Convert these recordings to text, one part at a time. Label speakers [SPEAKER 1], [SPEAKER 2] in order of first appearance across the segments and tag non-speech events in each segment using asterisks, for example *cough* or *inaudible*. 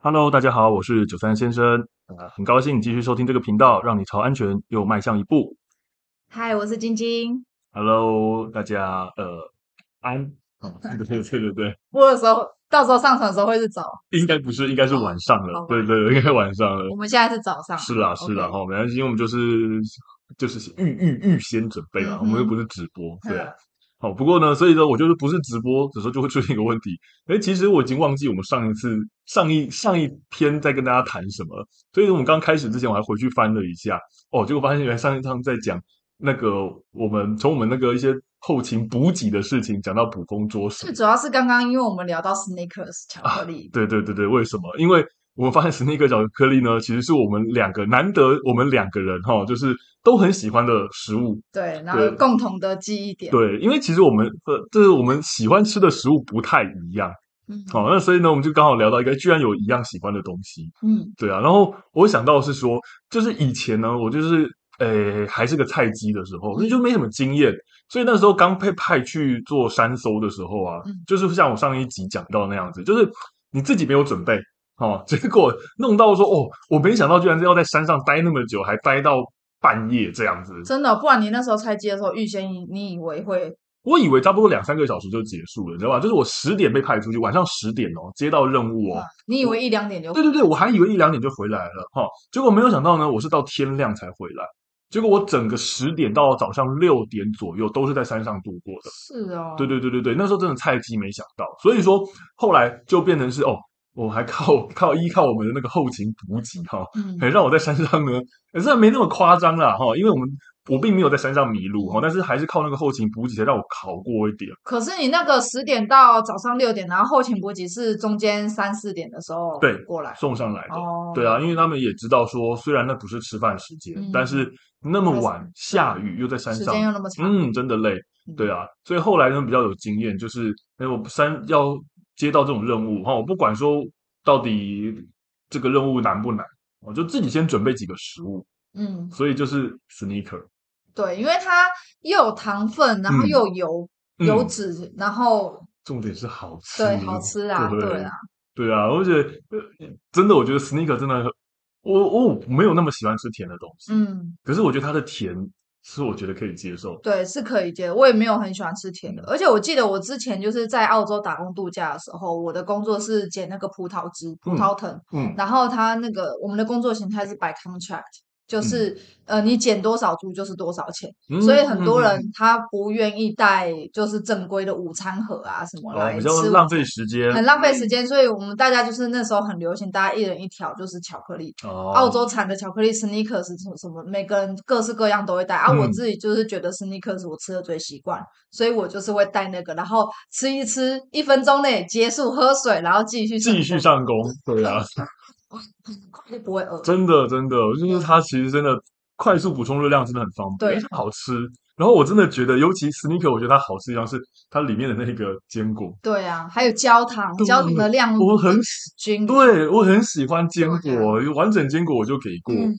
[SPEAKER 1] Hello，大家好，我是九三先生，呃，很高兴继续收听这个频道，让你朝安全又迈向一步。
[SPEAKER 2] 嗨，我是晶晶。
[SPEAKER 1] Hello，大家，呃，安，啊，对对对对对，
[SPEAKER 2] 我有时候到时候上床的时候会是早，
[SPEAKER 1] 应该不是，应该是晚上了，
[SPEAKER 2] 哦好吧
[SPEAKER 1] 对对对，应该晚上了
[SPEAKER 2] 我，们现在是早上。
[SPEAKER 1] 是啦是啦，
[SPEAKER 2] OK
[SPEAKER 1] 哈，没关系，因为我们就是就是预预预先准备
[SPEAKER 2] 嗯
[SPEAKER 1] 啦，
[SPEAKER 2] 哼
[SPEAKER 1] 我们又不是直播，对啊
[SPEAKER 2] 嗯。
[SPEAKER 1] 好，不过呢，所以呢，我就是不是直播有时候就会出现一个问题，哎，其实我已经忘记我们上一次、上一上一篇在跟大家谈什么了。所以我们刚开始之前，我还回去翻了一下，哦，结果发现原来上一趟在讲那个我们从我们那个一些后勤补给的事情讲到捕风捉
[SPEAKER 2] 最
[SPEAKER 1] 影。
[SPEAKER 2] 主要是刚刚因为我们聊到 Snickers 巧克力，
[SPEAKER 1] 对对对对，为什么？因为我们发现史尼克巧克力呢，其实是我们两个难得我们两个人哈、就是都很喜欢的食物。
[SPEAKER 2] 对，然后有
[SPEAKER 1] 对
[SPEAKER 2] 共同的记忆点。
[SPEAKER 1] 对，因为其实我们呃，就是我们喜欢吃的食物不太一样。
[SPEAKER 2] 嗯，
[SPEAKER 1] 好、那所以呢，我们就刚好聊到一个，居然有一样喜欢的东西。
[SPEAKER 2] 嗯，
[SPEAKER 1] 对啊，然后我想到的是说，就是以前呢，我就是呃还是个菜鸡的时候，那就没什么经验，所以那时候刚被派去做山搜的时候啊，
[SPEAKER 2] 嗯
[SPEAKER 1] 就是像我上一集讲到那样子，就是你自己没有准备哦， *laughs* 结果弄到说哦，我没想到居然是要在山上待那么久，还待到半夜这样子，
[SPEAKER 2] 真的，不然你那时候拆机的时候，预先你你以为会，
[SPEAKER 1] 我以为差不多两三个小时就结束了，你知道吧？就是我十点被派出去，晚上十点哦，接到任务哦，
[SPEAKER 2] 你以为一两点就
[SPEAKER 1] 对对对，我还以为一两点就回来了哈、结果没有想到呢，我是到天亮才回来。结果我整个十点到早上六点左右都是在山上度过的。
[SPEAKER 2] 是哦，
[SPEAKER 1] 对对对对对，那时候真的菜鸡没想到，所以说后来就变成是哦，我还靠靠依靠我们的那个后勤补给哈、
[SPEAKER 2] 嗯，
[SPEAKER 1] 哎，让我在山上呢，呃虽然没那么夸张啦哈、因为我们我并没有在山上迷路哈、但是还是靠那个后勤补给才让我考过一点。
[SPEAKER 2] 可是你那个十点到早上六点，然后后勤补给是中间三四点的时候
[SPEAKER 1] 对
[SPEAKER 2] 过来。
[SPEAKER 1] 送上来的。
[SPEAKER 2] 哦，
[SPEAKER 1] 对啊，因为他们也知道说，虽然那不是吃饭时间，
[SPEAKER 2] 嗯
[SPEAKER 1] 但是那么
[SPEAKER 2] 还是
[SPEAKER 1] 晚下雨又在山
[SPEAKER 2] 时
[SPEAKER 1] 上
[SPEAKER 2] 间，又那么长，
[SPEAKER 1] 嗯，真的累。对啊，所以后来呢比较有经验，就是哎，我山要接到这种任务哈，我不管说到底这个任务难不难，我就自己先准备几个食物，
[SPEAKER 2] 嗯，
[SPEAKER 1] 所以就是 sneaker，
[SPEAKER 2] 对，因为它又有糖分，然后
[SPEAKER 1] 嗯
[SPEAKER 2] 又有油、油
[SPEAKER 1] 嗯
[SPEAKER 2] 脂，然后
[SPEAKER 1] 重点是好吃，
[SPEAKER 2] 对，好吃啊，
[SPEAKER 1] 对不
[SPEAKER 2] 对啊，
[SPEAKER 1] 对啊，我觉得呃真的，我觉得 sneaker 真的很，我我没有那么喜欢吃甜的东西，
[SPEAKER 2] 嗯，
[SPEAKER 1] 可是我觉得它的甜是我觉得可以接受的。
[SPEAKER 2] 对，是可以接。我也没有很喜欢吃甜的，而且我记得我之前就是在澳洲打工度假的时候，我的工作是捡那个葡萄汁、葡
[SPEAKER 1] 嗯
[SPEAKER 2] 萄藤，
[SPEAKER 1] 嗯
[SPEAKER 2] 然后他那个我们的工作形态是 by contract，就是、
[SPEAKER 1] 嗯
[SPEAKER 2] 呃，你捡多少株就是多少钱，所以
[SPEAKER 1] 嗯
[SPEAKER 2] 很多人他不愿意带就是正规的午餐盒啊什么
[SPEAKER 1] 哦，
[SPEAKER 2] 来
[SPEAKER 1] 比
[SPEAKER 2] 吃
[SPEAKER 1] 较
[SPEAKER 2] 午餐，
[SPEAKER 1] 浪费时间，嗯
[SPEAKER 2] 很浪费时间，所以我们大家就是那时候很流行，大家一人一条就是巧克力，
[SPEAKER 1] 哦，
[SPEAKER 2] 澳洲产的巧克力 sneakers 什么什么，每个人各式各样都会带啊。我
[SPEAKER 1] 嗯
[SPEAKER 2] 自己就是觉得 sneakers 我吃的最习惯，所以我就是会带那个，然后吃一吃，一分钟内结束喝水，然后继续
[SPEAKER 1] 继续
[SPEAKER 2] 工，
[SPEAKER 1] 上
[SPEAKER 2] *laughs*
[SPEAKER 1] 工，对啊，
[SPEAKER 2] 快就不会饿。
[SPEAKER 1] 真的真的，就是它其实真的快速补充热量真的很方便，
[SPEAKER 2] 对
[SPEAKER 1] 而且好吃。然后我真的觉得，尤其 sneaker，我觉得它好吃的地方是它里面的那个坚果，
[SPEAKER 2] 对啊，还有焦糖，焦糖的量
[SPEAKER 1] 我很
[SPEAKER 2] 均匀。
[SPEAKER 1] 对我很喜欢坚
[SPEAKER 2] 对啊
[SPEAKER 1] 果，完整坚果我就给过。
[SPEAKER 2] 嗯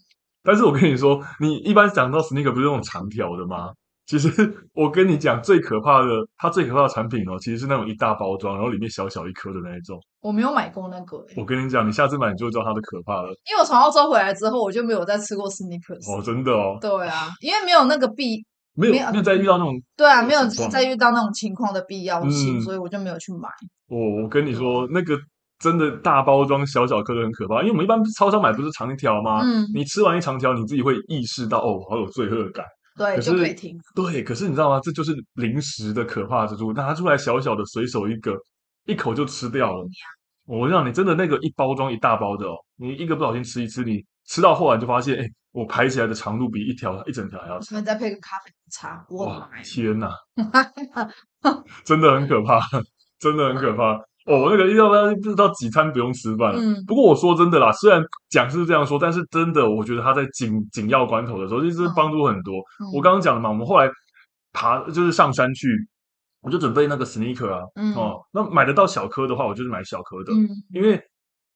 [SPEAKER 1] 但是我跟你说，你一般讲到 sneaker 不是那种长条的吗？其实我跟你讲，最可怕的，它最可怕的产品哦，其实是那种一大包装，然后里面小小一颗的那一种。
[SPEAKER 2] 我没有买过那个欸、
[SPEAKER 1] 我跟你讲，你下次买你就会知道它的可怕了。
[SPEAKER 2] 因为我从澳洲回来之后，我就没有再吃过 sneakers。
[SPEAKER 1] 哦，真的哦，
[SPEAKER 2] 对啊，因为没有那个必，
[SPEAKER 1] 没有
[SPEAKER 2] 没有
[SPEAKER 1] 没有再遇到那种，*laughs*
[SPEAKER 2] 对啊，没有
[SPEAKER 1] 情况
[SPEAKER 2] 再遇到那种情况的必要性，
[SPEAKER 1] 嗯
[SPEAKER 2] 所以我就没有去买。
[SPEAKER 1] 我、我跟你说，那个真的大包装小小颗的很可怕，因为我们一般超商买不是长条吗？
[SPEAKER 2] 嗯，
[SPEAKER 1] 你吃完一长条，你自己会意识到哦，好有罪恶感。
[SPEAKER 2] 对，
[SPEAKER 1] 可
[SPEAKER 2] 就可
[SPEAKER 1] 是
[SPEAKER 2] 以听。
[SPEAKER 1] 对，可是你知道吗？这就是零食的可怕之处，拿出来小小的，随手一个，一口就吃掉了。我让你真的那个一包装一大包的哦，你一个不小心吃一吃，你吃到后来就发现，哎，我排起来的长度比一条一整条还要长。
[SPEAKER 2] 那再配个咖啡茶，我
[SPEAKER 1] 哇
[SPEAKER 2] 买，
[SPEAKER 1] 天
[SPEAKER 2] *laughs*
[SPEAKER 1] 哪，真的很可怕，真的很可怕。哦，那个要不然不知道几餐不用吃饭了。
[SPEAKER 2] 嗯，
[SPEAKER 1] 不过我说真的啦，虽然讲是这样说，但是真的，我觉得他在紧紧要关头的时候，其
[SPEAKER 2] 嗯
[SPEAKER 1] 实帮助很多。我刚刚讲了嘛，我们后来爬就是上山去，我就准备那个 sneaker 啊，
[SPEAKER 2] 嗯
[SPEAKER 1] 哦，那买得到小颗的话，我就是买小颗的，
[SPEAKER 2] 嗯
[SPEAKER 1] 因为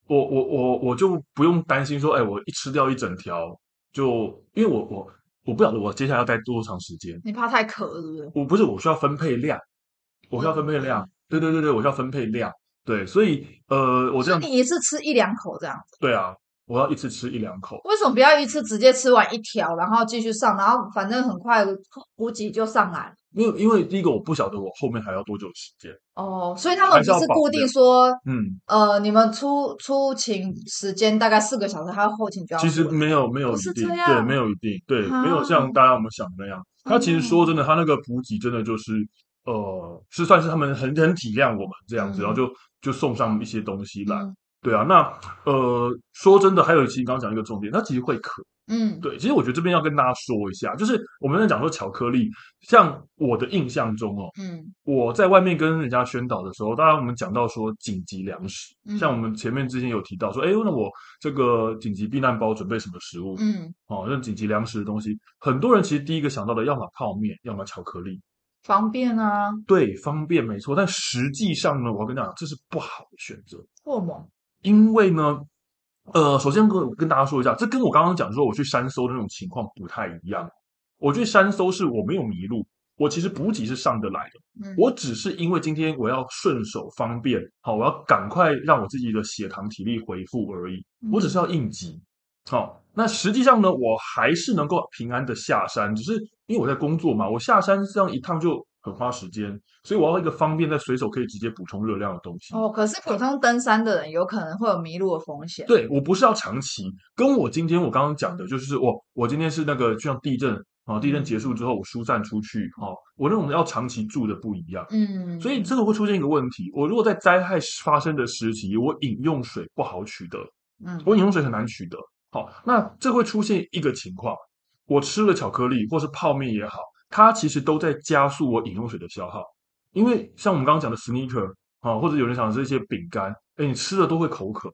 [SPEAKER 1] 我我我我就不用担心说，哎，我一吃掉一整条，就因为我我我不晓得我接下来要待多长时间，
[SPEAKER 2] 你怕太渴是不是？嗯
[SPEAKER 1] 我不是我需要分配量，我需要分配量，对对对对，我需要分配量，对，所以呃，我这样
[SPEAKER 2] 那你一次吃一两口这样子，
[SPEAKER 1] 对啊，我要一次吃一两口，
[SPEAKER 2] 为什么不要一次直接吃完一条，然后继续上，然后反正很快补给就上来了
[SPEAKER 1] 因为因为第一个我不晓得我后面还要多久时间，
[SPEAKER 2] 哦，所以他
[SPEAKER 1] 还
[SPEAKER 2] 们
[SPEAKER 1] 是要
[SPEAKER 2] 不是
[SPEAKER 1] 保
[SPEAKER 2] 固
[SPEAKER 1] 留
[SPEAKER 2] 定说，
[SPEAKER 1] 嗯，
[SPEAKER 2] 呃，你们出出勤时间大概四个小时，还有后勤就要嗯
[SPEAKER 1] 其实
[SPEAKER 2] 回
[SPEAKER 1] 没有没有
[SPEAKER 2] 不
[SPEAKER 1] 一
[SPEAKER 2] 是
[SPEAKER 1] 定，
[SPEAKER 2] 这
[SPEAKER 1] 对，
[SPEAKER 2] 样
[SPEAKER 1] 没有一定，对，没有
[SPEAKER 2] 啊
[SPEAKER 1] 像大家我们想的那样。他其实说
[SPEAKER 2] 嗯
[SPEAKER 1] 真的，他那个补给真的就是，呃，是算是他们很很体谅我们这样子，然后
[SPEAKER 2] 嗯
[SPEAKER 1] 就就送上一些东西来。
[SPEAKER 2] 嗯
[SPEAKER 1] 对啊，那呃，说真的，还有其实刚刚讲一个重点，他其实会渴。
[SPEAKER 2] 嗯
[SPEAKER 1] 对，其实我觉得这边要跟大家说一下，就是我们在讲说巧克力，像我的印象中哦，
[SPEAKER 2] 嗯
[SPEAKER 1] 我在外面跟人家宣导的时候，当然我们讲到说紧急粮食，
[SPEAKER 2] 嗯
[SPEAKER 1] 像我们前面之前有提到说，哎，那我这个紧急避难包准备什么食物？
[SPEAKER 2] 嗯，
[SPEAKER 1] 哦，那紧急粮食的东西，很多人其实第一个想到的，要么泡面，要么巧克力，
[SPEAKER 2] 方便啊，
[SPEAKER 1] 对，方便没错。但实际上呢，我要跟大家讲，这是不好的选择，
[SPEAKER 2] 过猛，
[SPEAKER 1] 因为呢，呃，首先跟我跟大家说一下，这跟我刚刚讲说我去山搜的那种情况不太一样。我去山搜是我没有迷路，我其实补给是上得来的。
[SPEAKER 2] 嗯，
[SPEAKER 1] 我只是因为今天我要顺手方便，好，我要赶快让我自己的血糖体力恢复而已，我只是要应急。好、那实际上呢，我还是能够平安的下山，只是因为我在工作嘛，我下山这样一趟就很花时间，所以我要一个方便在随手可以直接补充热量的东西。
[SPEAKER 2] 哦，可是普通登山的人有可能会有迷路的风险，
[SPEAKER 1] 对我不是要长期，跟我今天我刚刚讲的，就是我我今天是那个就像地震啊，地震结束之后我疏散出去，哦，我那种要长期住的不一样。
[SPEAKER 2] 嗯，
[SPEAKER 1] 所以这个会出现一个问题，我如果在灾害发生的时期，我饮用水不好取得，
[SPEAKER 2] 嗯
[SPEAKER 1] 我饮用水很难取得。好，那这会出现一个情况，我吃了巧克力或是泡面也好，它其实都在加速我饮用水的消耗，因为像我们刚刚讲的 sneaker 啊，或者有人讲的是一些饼干，哎，你吃了都会口渴，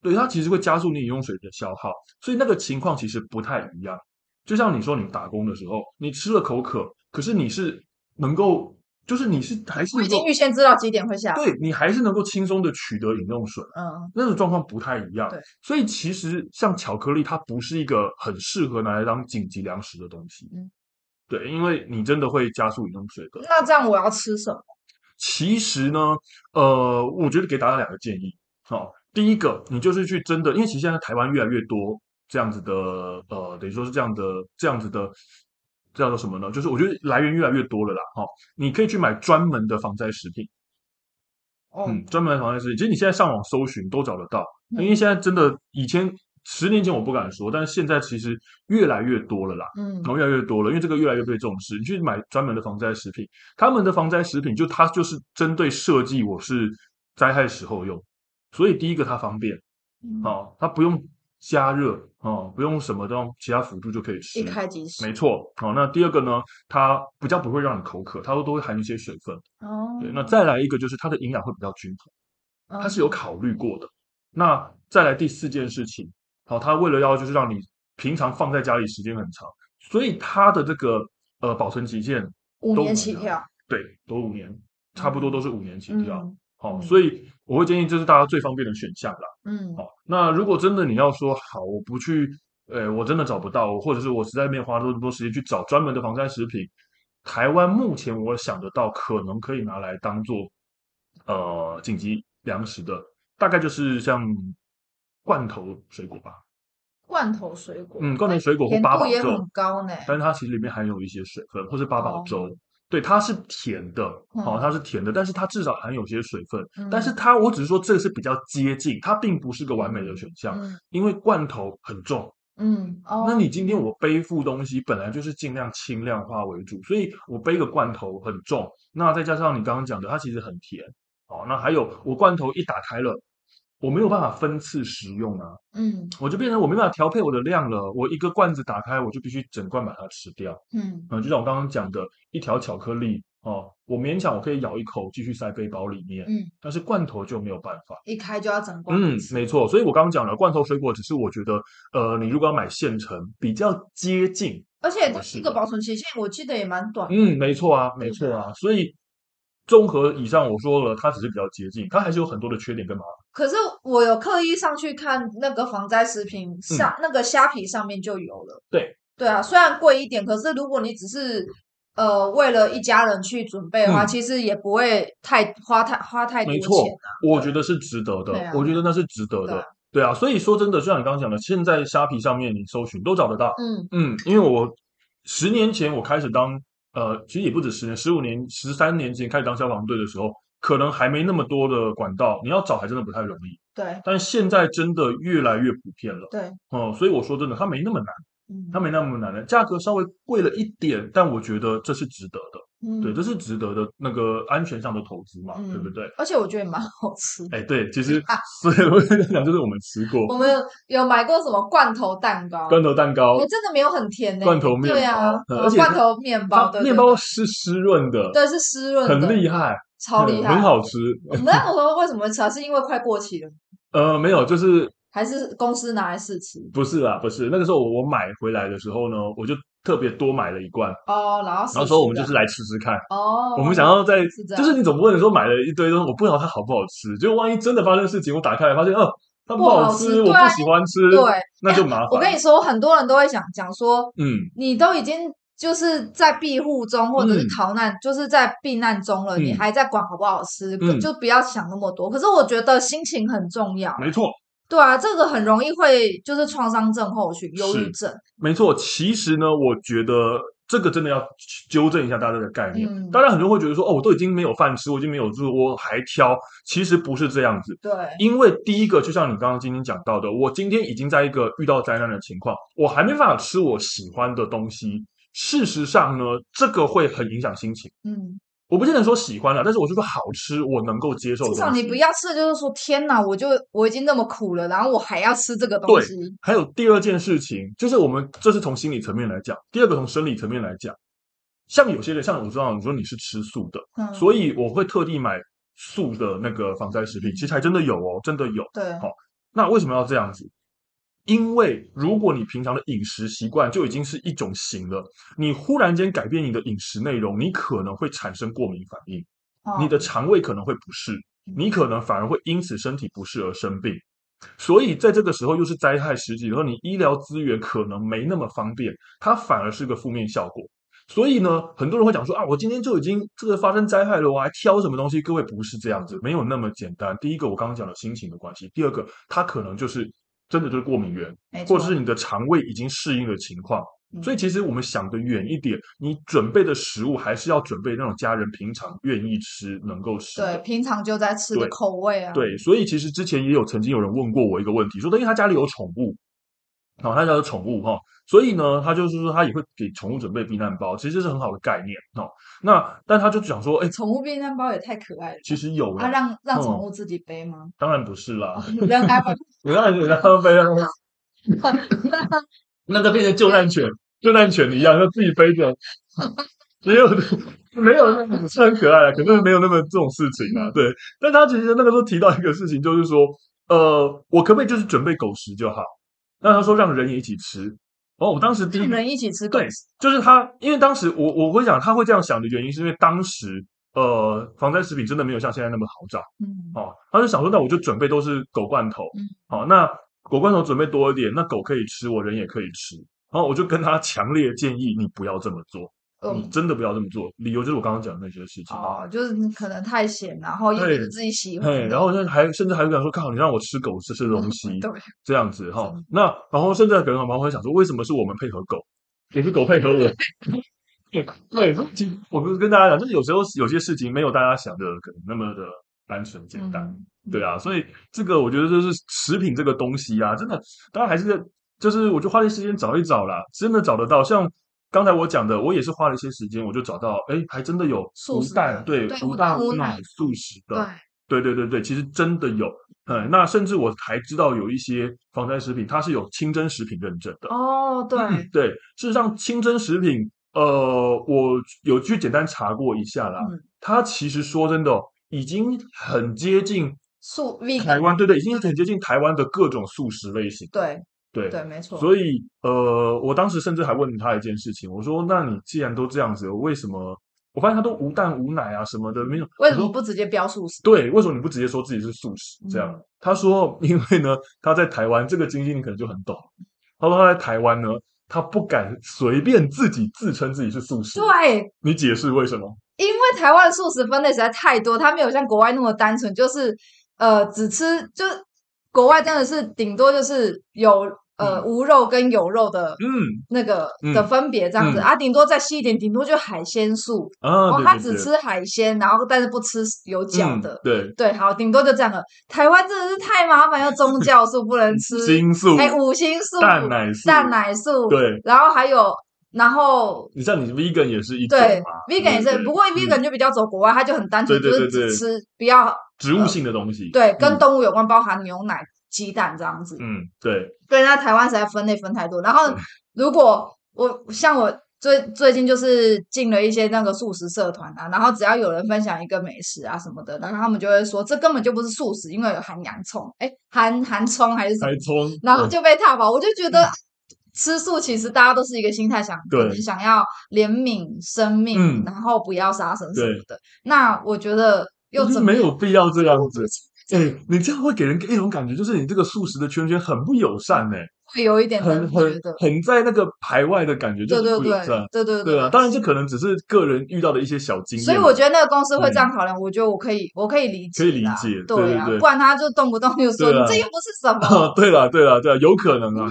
[SPEAKER 1] 对，它其实会加速你饮用水的消耗，所以那个情况其实不太一样。就像你说你打工的时候，你吃了口渴，可是你是能够，就是你是还是
[SPEAKER 2] 我已
[SPEAKER 1] 能够
[SPEAKER 2] 经预先知道几点会下，
[SPEAKER 1] 对你还是能够轻松的取得饮用水。
[SPEAKER 2] 嗯
[SPEAKER 1] 那种状况不太一样
[SPEAKER 2] 对。
[SPEAKER 1] 所以其实像巧克力，它不是一个很适合拿来当紧急粮食的东西。
[SPEAKER 2] 嗯，
[SPEAKER 1] 对，因为你真的会加速饮用水的。
[SPEAKER 2] 那这样我要吃什么？
[SPEAKER 1] 其实呢，呃，我觉得给大家两个建议。好、第一个，你就是去真的，因为其实现在台湾越来越多这样子的，呃，等于说是这样的，这样子的。叫做什么呢？就是我觉得来源越来越多了啦。哈、你可以去买专门的防灾食品，
[SPEAKER 2] 哦，
[SPEAKER 1] 嗯，专门防晒事情，其实你现在上网搜寻都找得到，因
[SPEAKER 2] 嗯
[SPEAKER 1] 为现在真的以前十年前我不敢说，但是现在其实越来越多了啦，
[SPEAKER 2] 嗯
[SPEAKER 1] 然后越来越多了，因为这个越来越被重视。你去买专门的防灾食品，他们的防灾食品就它就是针对设计我是灾害时候用，所以第一个它方便
[SPEAKER 2] 嗯
[SPEAKER 1] 哦，它不用加热哦，不用什么东其他辅助就可以吃，
[SPEAKER 2] 一开即食，
[SPEAKER 1] 没错。哦，那第二个呢，它比较不会让你口渴，它都会含一些水分。
[SPEAKER 2] 哦，
[SPEAKER 1] 对，那再来一个就是它的营养会比较均衡。他是有
[SPEAKER 2] 嗯
[SPEAKER 1] 考虑过的。那再来第四件事情，好，他为了要就是让你平常放在家里时间很长，所以它的这个呃保存期限，
[SPEAKER 2] 五
[SPEAKER 1] 都
[SPEAKER 2] 年
[SPEAKER 1] 很
[SPEAKER 2] 起
[SPEAKER 1] 长
[SPEAKER 2] 跳，
[SPEAKER 1] 对，都五年，差不多都是五年起跳。
[SPEAKER 2] 嗯
[SPEAKER 1] 好、
[SPEAKER 2] 嗯
[SPEAKER 1] 所以我会建议这是大家最方便的选项啦。
[SPEAKER 2] 嗯
[SPEAKER 1] 好、哦那如果真的你要说好，我不去，呃，我真的找不到，或者是我实在没有花那么多时间去找专门的防晒食品，台湾目前我想得到可能可以拿来当做呃紧急粮食的，大概就是像罐头水果吧，
[SPEAKER 2] 罐头水果，哎
[SPEAKER 1] 嗯，罐头水果或
[SPEAKER 2] 甜
[SPEAKER 1] 八
[SPEAKER 2] 度
[SPEAKER 1] 宝
[SPEAKER 2] 也
[SPEAKER 1] 粥
[SPEAKER 2] 很，高呢，
[SPEAKER 1] 但是它其实里面含有一些水分，或是八宝
[SPEAKER 2] 哦
[SPEAKER 1] 粥。对，它是甜的，好、
[SPEAKER 2] 嗯
[SPEAKER 1] 它是甜的，但是它至少含有些水分，但是
[SPEAKER 2] 嗯
[SPEAKER 1] 它，我只是说这是比较接近，它并不是个完美的选项，
[SPEAKER 2] 嗯
[SPEAKER 1] 因为罐头很重，
[SPEAKER 2] 嗯哦，
[SPEAKER 1] 那你今天我背负东西本来就是尽量轻量化为主，所以我背个罐头很重，那再加上你刚刚讲的，它其实很甜，哦，那还有我罐头一打开了，我没有办法分次食用啊，
[SPEAKER 2] 嗯
[SPEAKER 1] 我就变成我没办法调配我的量了，我一个罐子打开我就必须整罐把它吃掉，
[SPEAKER 2] 嗯
[SPEAKER 1] 嗯，就像我刚刚讲的，一条巧克力哦，我勉强我可以咬一口继续塞背包里面，
[SPEAKER 2] 嗯，
[SPEAKER 1] 但是罐头就没有办法。
[SPEAKER 2] 一开就要整罐
[SPEAKER 1] 嗯
[SPEAKER 2] 子，吃，
[SPEAKER 1] 没错，所以我刚刚讲了，罐头水果只是我觉得，呃，你如果要买现成，比较接近。
[SPEAKER 2] 而且
[SPEAKER 1] 我
[SPEAKER 2] 它
[SPEAKER 1] 是
[SPEAKER 2] 这个
[SPEAKER 1] 的
[SPEAKER 2] 保存期限我记得也蛮短的，
[SPEAKER 1] 嗯，没错啊，没错啊。所以综合以上我说了，它只是比较接近，它还是有很多的缺点跟麻烦。
[SPEAKER 2] 可是我有刻意上去看那个防灾食品上、那个虾皮上面就有了。
[SPEAKER 1] 嗯对
[SPEAKER 2] 对啊，虽然贵一点，可是如果你只是呃，为了一家人去准备的话，
[SPEAKER 1] 嗯
[SPEAKER 2] 其实也不会太花太花太多
[SPEAKER 1] 没
[SPEAKER 2] 钱
[SPEAKER 1] 错
[SPEAKER 2] 啊。，
[SPEAKER 1] 我觉得是值得的
[SPEAKER 2] 对啊，
[SPEAKER 1] 我觉得那是值得
[SPEAKER 2] 对
[SPEAKER 1] 的
[SPEAKER 2] 啊。
[SPEAKER 1] 对啊，所以说真的，就像你刚刚讲的，现在虾皮上面你搜寻都找得到。
[SPEAKER 2] 嗯
[SPEAKER 1] 嗯，因为我十年前我开始当呃，其实也不止十年，十五年、十三年前开始当消防队的时候，可能还没那么多的管道，你要找还真的不太容易。，
[SPEAKER 2] 对
[SPEAKER 1] 但现在真的越来越普遍了。
[SPEAKER 2] 对，
[SPEAKER 1] 哦、所以我说真的，它没那么难，
[SPEAKER 2] 嗯，
[SPEAKER 1] 它没那么难的，价格稍微贵了一点，但我觉得这是值得的。
[SPEAKER 2] 嗯
[SPEAKER 1] 对，这是值得的那个安全上的投资嘛，对不
[SPEAKER 2] 嗯
[SPEAKER 1] 对？
[SPEAKER 2] 而且我觉得也蛮好吃。
[SPEAKER 1] 哎，对，其
[SPEAKER 2] *laughs*
[SPEAKER 1] 实所以我在讲，就是我们吃
[SPEAKER 2] 我
[SPEAKER 1] 过
[SPEAKER 2] 们有买过什么罐头蛋糕？
[SPEAKER 1] 罐头蛋糕
[SPEAKER 2] 哎，，真的没有很甜呢。
[SPEAKER 1] 罐头面
[SPEAKER 2] 对啊
[SPEAKER 1] 包，嗯
[SPEAKER 2] 呃
[SPEAKER 1] 而且
[SPEAKER 2] 罐
[SPEAKER 1] 它
[SPEAKER 2] 头面包，对
[SPEAKER 1] 它面
[SPEAKER 2] 对
[SPEAKER 1] 包
[SPEAKER 2] 对
[SPEAKER 1] 是湿润的，
[SPEAKER 2] 对是湿润的，
[SPEAKER 1] 很厉害，
[SPEAKER 2] 超厉
[SPEAKER 1] 嗯
[SPEAKER 2] 害，
[SPEAKER 1] 很。好吃。 *laughs*
[SPEAKER 2] 那我说为什么会吃啊？是因为快过期了，
[SPEAKER 1] 呃，没有，就是
[SPEAKER 2] 还是公司拿来试吃？
[SPEAKER 1] 不是啦，不是那个时候我我买回来的时候呢，我就特别多买了一罐，
[SPEAKER 2] 哦，然后试
[SPEAKER 1] 然后说我们
[SPEAKER 2] 吃
[SPEAKER 1] 就
[SPEAKER 2] 的
[SPEAKER 1] 是来吃吃看，
[SPEAKER 2] 哦，
[SPEAKER 1] 我们想要在
[SPEAKER 2] 是这样
[SPEAKER 1] 就是你总不能说买了一堆东西，我不知道它好不好吃，结果万一真的发生事情，我打开来发现，哦、它
[SPEAKER 2] 不好
[SPEAKER 1] 好
[SPEAKER 2] 吃
[SPEAKER 1] 我
[SPEAKER 2] 对啊
[SPEAKER 1] 不喜欢吃，
[SPEAKER 2] 对，哎
[SPEAKER 1] 那就麻烦。
[SPEAKER 2] 我跟你说，很多人都会想讲说，
[SPEAKER 1] 嗯，
[SPEAKER 2] 你都已经就是在庇护中，或者是
[SPEAKER 1] 嗯
[SPEAKER 2] 逃难，就是在避难中了，你
[SPEAKER 1] 嗯
[SPEAKER 2] 还在管好不好吃，
[SPEAKER 1] 嗯
[SPEAKER 2] 就不要想那么多。可是我觉得心情很重要，
[SPEAKER 1] 没错，
[SPEAKER 2] 对啊，这个很容易会就是创伤症候群、忧郁
[SPEAKER 1] 是
[SPEAKER 2] 症，
[SPEAKER 1] 没错，其实呢，我觉得这个真的要纠正一下大家的概念。
[SPEAKER 2] 嗯
[SPEAKER 1] 当然，很多人会觉得说，哦，我都已经没有饭吃，我已经没有住，我还挑。其实不是这样子，
[SPEAKER 2] 对，
[SPEAKER 1] 因为第一个，就像你刚刚今天讲到的，我今天已经在一个遇到灾难的情况，我还没办法吃我喜欢的东西。事实上呢，这个会很影响心情。
[SPEAKER 2] 嗯，
[SPEAKER 1] 我不见得说喜欢了，但是我就说好吃，我能够接受的
[SPEAKER 2] 至
[SPEAKER 1] 东西。
[SPEAKER 2] 少你不要吃的就是说，天哪，我就我已经那么苦了，然后我还要吃这个东
[SPEAKER 1] 对
[SPEAKER 2] 西，
[SPEAKER 1] 还有第二件事情，就是我们这是从心理层面来讲，第二个从生理层面来讲，像有些人，像我知道你说你是吃素的，
[SPEAKER 2] 嗯，
[SPEAKER 1] 所以我会特地买素的那个防晒食品，其实还真的有哦，真的有。
[SPEAKER 2] 嗯对，
[SPEAKER 1] 好那为什么要这样子？因为如果你平常的饮食习惯就已经是一种型了，你忽然间改变你的饮食内容，你可能会产生过敏反应，你
[SPEAKER 2] 哦嗯
[SPEAKER 1] 的肠胃可能会不适，你可能反而会因此身体不适而生病。所以在这个时候又是灾害时期，然后你医疗资源可能没那么方便，它反而是个负面效果。所以呢，很多人会讲说啊，我今天就已经这个发生灾害了，我还挑什么东西？各位不是这样子，没有那么简单。第一个我刚刚讲的心情的关系，第二个它可能就是真的就是过敏源，
[SPEAKER 2] 没
[SPEAKER 1] 或
[SPEAKER 2] 错，
[SPEAKER 1] 者是你的肠胃已经适应的情况。
[SPEAKER 2] 嗯
[SPEAKER 1] 所以其实我们想得远一点，你准备的食物还是要准备那种家人平常愿意吃、能够吃的
[SPEAKER 2] 对，。平常就在吃的
[SPEAKER 1] 对
[SPEAKER 2] 口味啊，
[SPEAKER 1] 对，所以其实之前也有曾经有人问过我一个问题，说因为他家里有宠物，哦，他家有宠物哈、所以呢，他就是说他也会给宠物准备避难包，其实这是很好的概念哦。那但他就讲说，哎，
[SPEAKER 2] 宠物避难包也太可爱了吧。
[SPEAKER 1] 其实有
[SPEAKER 2] 啊，
[SPEAKER 1] 了，
[SPEAKER 2] 让让宠
[SPEAKER 1] 嗯
[SPEAKER 2] 物自己背吗？ *laughs*
[SPEAKER 1] 当然不是啦，
[SPEAKER 2] 让它们
[SPEAKER 1] 你让你让他飞
[SPEAKER 2] *laughs*
[SPEAKER 1] 啊，那就变成救难犬，救难犬一样，就自己飞着，没有。没有那么是很可爱啊，可是没有那么这种事情啊。对，但他其实那个时候提到一个事情，就是说，呃，我可不可以就是准备狗食就好？那他说让人也一起吃。哦，我当时第一
[SPEAKER 2] 让
[SPEAKER 1] 个
[SPEAKER 2] 人一起吃
[SPEAKER 1] *laughs*
[SPEAKER 2] 狗
[SPEAKER 1] 对，就是他，因为当时我我会想他会这样想的原因，是因为当时呃防灾食品真的没有像现在那么好找。
[SPEAKER 2] 嗯，
[SPEAKER 1] 哦，他就想说，那我就准备都是狗罐头，
[SPEAKER 2] 嗯
[SPEAKER 1] 好、那狗罐头准备多一点，那狗可以吃，我人也可以吃。然后我就跟他强烈建议你不要这么做，你
[SPEAKER 2] 嗯，
[SPEAKER 1] 真的不要这么做。理由就是我刚刚讲的那些事情。
[SPEAKER 2] 哦，就是你可能太咸，然后又不
[SPEAKER 1] 对
[SPEAKER 2] 是自己喜欢
[SPEAKER 1] 嘿，
[SPEAKER 2] 的，
[SPEAKER 1] 然后呢，还甚至还有讲说，靠，你让我吃狗吃吃的东西，
[SPEAKER 2] 对，
[SPEAKER 1] 这样子哈
[SPEAKER 2] 真的。
[SPEAKER 1] 那然后甚至可能旁边会想说，为什么是我们配合狗，也是狗配合我？ *laughs* 对，其实我跟跟大家讲，就是有时候有些事情没有大家想的可能那么的单纯简单。
[SPEAKER 2] 嗯
[SPEAKER 1] 对啊，所以这个我觉得就是食品这个东西啊，真的，当然还是就是我就花些时间找一找啦，真的找得到。像刚才我讲的，我也是花了一些时间，我就找到，哎，还真的有
[SPEAKER 2] 素
[SPEAKER 1] 无
[SPEAKER 2] 食
[SPEAKER 1] 蛋
[SPEAKER 2] 的，
[SPEAKER 1] 对
[SPEAKER 2] 对，
[SPEAKER 1] 无
[SPEAKER 2] 无
[SPEAKER 1] 蛋
[SPEAKER 2] 无
[SPEAKER 1] 无
[SPEAKER 2] 奶
[SPEAKER 1] 奶素食
[SPEAKER 2] 对
[SPEAKER 1] 的，对对对对，其实真的有。嗯，那甚至我还知道有一些防晒食品，它是有清真食品认证的。
[SPEAKER 2] 哦，对，
[SPEAKER 1] 嗯对，事实上清真食品，呃，我有去简单查过一下啦，
[SPEAKER 2] 嗯
[SPEAKER 1] 它其实说真的哦、已经很接近
[SPEAKER 2] 素
[SPEAKER 1] 台
[SPEAKER 2] vegan，
[SPEAKER 1] 湾，对对，已经很接近台湾的各种素食类型。
[SPEAKER 2] 对
[SPEAKER 1] 对，
[SPEAKER 2] 对，没错，
[SPEAKER 1] 所以呃，我当时甚至还问他一件事情，我说：“那你既然都这样子，为什么？”我发现他都无蛋无奶啊什么的，没有。我
[SPEAKER 2] 为什
[SPEAKER 1] 说
[SPEAKER 2] 么不直接标素食？
[SPEAKER 1] 对，为什么你不直接说自己是素食？这样，
[SPEAKER 2] 嗯
[SPEAKER 1] 他说，因为呢，他在台湾这个经济你可能就很懂。他说他在台湾呢，他不敢随便自己自称自己是素食。
[SPEAKER 2] 对，
[SPEAKER 1] 你解释为什么？
[SPEAKER 2] 因为台湾的素食分类实在太多，它没有像国外那么单纯，就是呃只吃就国外真的是顶多就是有呃
[SPEAKER 1] 嗯
[SPEAKER 2] 无肉跟有肉的
[SPEAKER 1] 嗯
[SPEAKER 2] 那个的
[SPEAKER 1] 嗯
[SPEAKER 2] 分别这样子、
[SPEAKER 1] 嗯
[SPEAKER 2] 啊，顶多再细一点，顶多就海鲜素，
[SPEAKER 1] 啊，
[SPEAKER 2] 哦，
[SPEAKER 1] 对
[SPEAKER 2] 他
[SPEAKER 1] 对
[SPEAKER 2] 只
[SPEAKER 1] 对
[SPEAKER 2] 吃海鲜，然后但是不吃有角
[SPEAKER 1] 嗯
[SPEAKER 2] 的。
[SPEAKER 1] 对，
[SPEAKER 2] 对，好，顶多就这样了。台湾真的是太麻烦，又宗教素不能吃，
[SPEAKER 1] 新素、
[SPEAKER 2] 还五星素、
[SPEAKER 1] 蛋奶素、
[SPEAKER 2] 蛋奶素，
[SPEAKER 1] 对。
[SPEAKER 2] 然后还有，然后
[SPEAKER 1] 你像你 vegan 也是一种
[SPEAKER 2] 对
[SPEAKER 1] 嘛
[SPEAKER 2] vegan 也
[SPEAKER 1] 对
[SPEAKER 2] 是，不过 vegan 就比较走国外，它就很单纯，
[SPEAKER 1] 对
[SPEAKER 2] 就
[SPEAKER 1] 对
[SPEAKER 2] 是
[SPEAKER 1] 对
[SPEAKER 2] 只
[SPEAKER 1] 对
[SPEAKER 2] 吃不要
[SPEAKER 1] 植物性的东西。
[SPEAKER 2] 对跟
[SPEAKER 1] 嗯
[SPEAKER 2] 动物有关，包含牛奶、鸡蛋这样子。
[SPEAKER 1] 嗯，对，
[SPEAKER 2] 对，那台湾实在分类分太多。然后
[SPEAKER 1] 对
[SPEAKER 2] 如果我像我最最近就是进了一些那个素食社团啊，然后只要有人分享一个美食啊什么的，然后他们就会说这根本就不是素食，因为有含洋葱，哎，含含葱还是什么
[SPEAKER 1] 还，葱，
[SPEAKER 2] *laughs*
[SPEAKER 1] 嗯
[SPEAKER 2] 然后
[SPEAKER 1] 对嗯
[SPEAKER 2] 就被踏伐。我就觉得吃素其实大家都是一个心态，想可能
[SPEAKER 1] 对
[SPEAKER 2] 想要怜悯生命，
[SPEAKER 1] 嗯
[SPEAKER 2] 然后不要杀生什么
[SPEAKER 1] 对
[SPEAKER 2] 的。那我觉得又
[SPEAKER 1] 我觉得
[SPEAKER 2] 怎么
[SPEAKER 1] 没有
[SPEAKER 2] 样
[SPEAKER 1] 必要这样子。哎、
[SPEAKER 2] 这
[SPEAKER 1] 你这样会给人一种感觉，就是你这个素食的圈圈很不友善哎、
[SPEAKER 2] 会有一点难
[SPEAKER 1] 很
[SPEAKER 2] 觉
[SPEAKER 1] 很
[SPEAKER 2] 得？
[SPEAKER 1] 很在那个排外的感觉，就
[SPEAKER 2] 对
[SPEAKER 1] 是
[SPEAKER 2] 对
[SPEAKER 1] 不友
[SPEAKER 2] 对
[SPEAKER 1] 善。
[SPEAKER 2] 对对
[SPEAKER 1] 对啊，当然这可能只是个人遇到的一些小经验，
[SPEAKER 2] 所以我觉得那个公司会这
[SPEAKER 1] 嗯
[SPEAKER 2] 样考量，我觉得我可以，我可以理解
[SPEAKER 1] 可
[SPEAKER 2] 啦，
[SPEAKER 1] 以理解对
[SPEAKER 2] 对
[SPEAKER 1] 对
[SPEAKER 2] 啊，
[SPEAKER 1] 对
[SPEAKER 2] 不然他就动不动就说
[SPEAKER 1] 对啊
[SPEAKER 2] 你这又不是什
[SPEAKER 1] 啊 *laughs*
[SPEAKER 2] 么，，
[SPEAKER 1] 对了，对了，对了，有可能啊。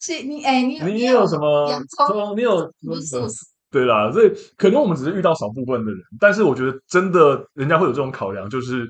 [SPEAKER 2] 是你哎，你
[SPEAKER 1] 你你有什么
[SPEAKER 2] 洋葱
[SPEAKER 1] 葱？你有
[SPEAKER 2] 不是素食？
[SPEAKER 1] 对啦，所以可能我们只是遇到少部分的人，但是我觉得真的人家会有这种考量，就是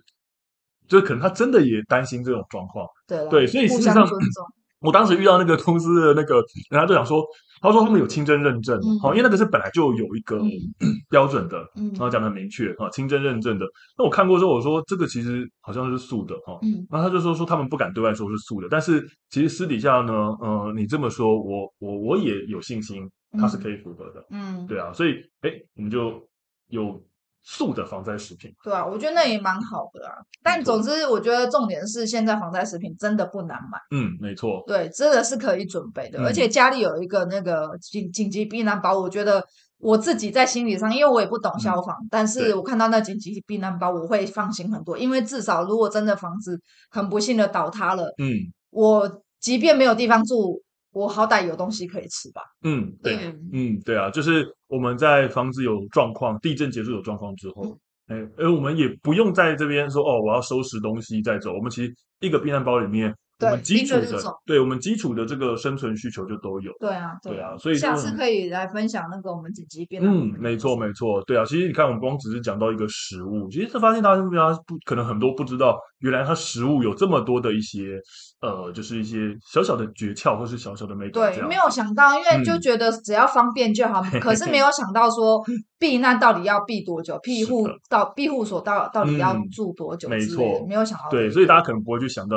[SPEAKER 1] 就是可能他真的也担心这种状况。
[SPEAKER 2] 对啦
[SPEAKER 1] 对所以
[SPEAKER 2] 互
[SPEAKER 1] 事实
[SPEAKER 2] 相
[SPEAKER 1] 上
[SPEAKER 2] 尊重，
[SPEAKER 1] 我当时遇到那个公司的那个人家就想说，他说他们有清真认证，
[SPEAKER 2] 嗯
[SPEAKER 1] 好、因为那个是本来就有一个
[SPEAKER 2] 嗯
[SPEAKER 1] *clears throat* 标准的，
[SPEAKER 2] 嗯
[SPEAKER 1] 然后讲的很明确啊，清真认证的。那我看过之后，我说这个其实好像是素的哈。
[SPEAKER 2] 嗯
[SPEAKER 1] 然后他就说说他们不敢对外说是素的，但是其实私底下呢，呃，你这么说，我我我也有信心它是可以符合的，
[SPEAKER 2] 嗯，
[SPEAKER 1] 对啊，所以哎，我们就有素的防灾食品，
[SPEAKER 2] 对啊，我觉得那也蛮好的啊。但
[SPEAKER 1] 没错
[SPEAKER 2] 总之，我觉得重点是现在防晒食品真的不难买，
[SPEAKER 1] 嗯，没错，
[SPEAKER 2] 对，真的是可以准备的。而
[SPEAKER 1] 嗯
[SPEAKER 2] 且家里有一个那个紧紧急避难包，我觉得我自己在心理上，因为我也不懂消防，但是
[SPEAKER 1] 嗯对
[SPEAKER 2] 我看到那紧急避难包，我会放心很多，因为至少如果真的房子很不幸的倒塌了，
[SPEAKER 1] 嗯
[SPEAKER 2] 我即便没有地方住，我好歹有东西可以吃吧。
[SPEAKER 1] 嗯，对，嗯，对啊，就是我们在房子有状况，地震结束有状况之后，哎，
[SPEAKER 2] 嗯
[SPEAKER 1] 而我们也不用在这边说哦，我要收拾东西再走。我们其实一个避难包里面，我们
[SPEAKER 2] 对
[SPEAKER 1] 基
[SPEAKER 2] 立
[SPEAKER 1] 础
[SPEAKER 2] 刻就
[SPEAKER 1] 的
[SPEAKER 2] 走，
[SPEAKER 1] 对我们基础的这个生存需求就都有。
[SPEAKER 2] 对啊，
[SPEAKER 1] 对
[SPEAKER 2] 啊
[SPEAKER 1] 啊，所以
[SPEAKER 2] 下
[SPEAKER 1] 就
[SPEAKER 2] 次
[SPEAKER 1] 很
[SPEAKER 2] 可以来分享那个我们紧急避难。
[SPEAKER 1] 嗯，没错，没错，对啊。其实你看，我们光只是讲到一个食物，其实发现大家不可能很多不知道，原来它食物有这么多的一些呃，就是一些小小的诀窍或是小小的美感这
[SPEAKER 2] 对，
[SPEAKER 1] 样。
[SPEAKER 2] 没有想到，因为就
[SPEAKER 1] 嗯
[SPEAKER 2] 觉得只要方便就好，可是没有想到
[SPEAKER 1] *laughs*
[SPEAKER 2] 说避难到底要避多久，庇
[SPEAKER 1] 是
[SPEAKER 2] 护
[SPEAKER 1] 的
[SPEAKER 2] 到庇护所到到底要
[SPEAKER 1] 嗯
[SPEAKER 2] 住多久
[SPEAKER 1] 没
[SPEAKER 2] 之类的
[SPEAKER 1] 错
[SPEAKER 2] 没有想到
[SPEAKER 1] 对，
[SPEAKER 2] 这
[SPEAKER 1] 所以
[SPEAKER 2] 个
[SPEAKER 1] 大家可能不会去想到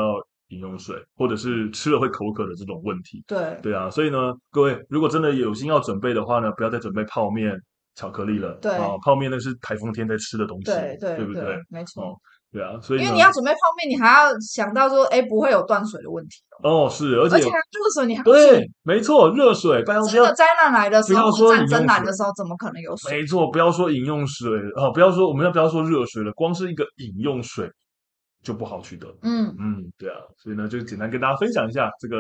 [SPEAKER 1] 饮用水或者是吃了会口渴的这种问题。
[SPEAKER 2] 对
[SPEAKER 1] 对啊，所以呢，各位如果真的有心要准备的话呢，不要再准备泡面、巧克力了。
[SPEAKER 2] 对
[SPEAKER 1] 啊，泡面那是台风天在吃的东西，
[SPEAKER 2] 对
[SPEAKER 1] 不对？
[SPEAKER 2] 对，没错
[SPEAKER 1] 哦。对啊，所以
[SPEAKER 2] 因为
[SPEAKER 1] 呢
[SPEAKER 2] 你要准备泡面，你还要想到说，哎，不会有断水的问题，
[SPEAKER 1] 哦是，而
[SPEAKER 2] 而
[SPEAKER 1] 且
[SPEAKER 2] 且
[SPEAKER 1] 有
[SPEAKER 2] 还热水，你还要
[SPEAKER 1] 对，没错，热水，拜托不
[SPEAKER 2] 真
[SPEAKER 1] 要
[SPEAKER 2] 的。灾难啊来的
[SPEAKER 1] 不
[SPEAKER 2] 时
[SPEAKER 1] 要
[SPEAKER 2] 候，
[SPEAKER 1] 说
[SPEAKER 2] 或战
[SPEAKER 1] 饮
[SPEAKER 2] 争
[SPEAKER 1] 用
[SPEAKER 2] 来
[SPEAKER 1] 水
[SPEAKER 2] 的时候，怎么可能有水？
[SPEAKER 1] 没错，不要说饮用水哦，不要说我们要不要说热水了，光是一个饮用水就不好取得。 *laughs*
[SPEAKER 2] 嗯，
[SPEAKER 1] 嗯，对啊，所以呢，就简单跟大家分享一下这个，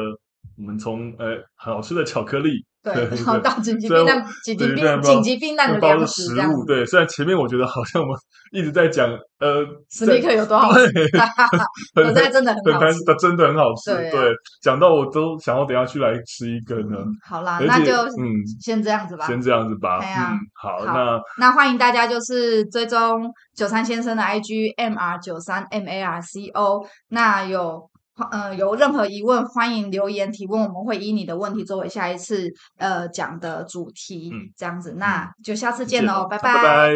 [SPEAKER 1] 我们从呃好吃的巧克力
[SPEAKER 2] *laughs* 对
[SPEAKER 1] 对。
[SPEAKER 2] 然后
[SPEAKER 1] 对
[SPEAKER 2] 到紧急
[SPEAKER 1] 虽然
[SPEAKER 2] 避
[SPEAKER 1] 我
[SPEAKER 2] 难、紧急
[SPEAKER 1] 对
[SPEAKER 2] 避
[SPEAKER 1] 虽然不知道
[SPEAKER 2] 紧急避难的
[SPEAKER 1] 包的
[SPEAKER 2] 粮食
[SPEAKER 1] 食
[SPEAKER 2] 这样
[SPEAKER 1] 物，
[SPEAKER 2] 子，
[SPEAKER 1] 对，虽然前面我觉得好像我们一直在讲，呃，
[SPEAKER 2] 史密克
[SPEAKER 1] *laughs*
[SPEAKER 2] 有多好吃？ *laughs* 哈哈哈，
[SPEAKER 1] 很
[SPEAKER 2] 可是它真的很
[SPEAKER 1] 很
[SPEAKER 2] 好
[SPEAKER 1] 难
[SPEAKER 2] 吃。，
[SPEAKER 1] 它真的很好吃，
[SPEAKER 2] 对啊
[SPEAKER 1] 讲到我都想要等下去来吃一根呢。
[SPEAKER 2] 嗯好啦，
[SPEAKER 1] 而
[SPEAKER 2] 那
[SPEAKER 1] 且
[SPEAKER 2] 就
[SPEAKER 1] 嗯
[SPEAKER 2] 先这样子吧。
[SPEAKER 1] 先这样子吧，
[SPEAKER 2] 哎呀
[SPEAKER 1] 嗯，好，
[SPEAKER 2] 好
[SPEAKER 1] 那
[SPEAKER 2] 那欢迎大家就是追踪九三先生的 IG M R 九三 M A R C O。那有呃有任何疑问，欢迎留言提问，我们会以你的问题作为下一次呃讲的主题，
[SPEAKER 1] 嗯
[SPEAKER 2] 这样子。那就下次见
[SPEAKER 1] 见
[SPEAKER 2] 喽，
[SPEAKER 1] 拜拜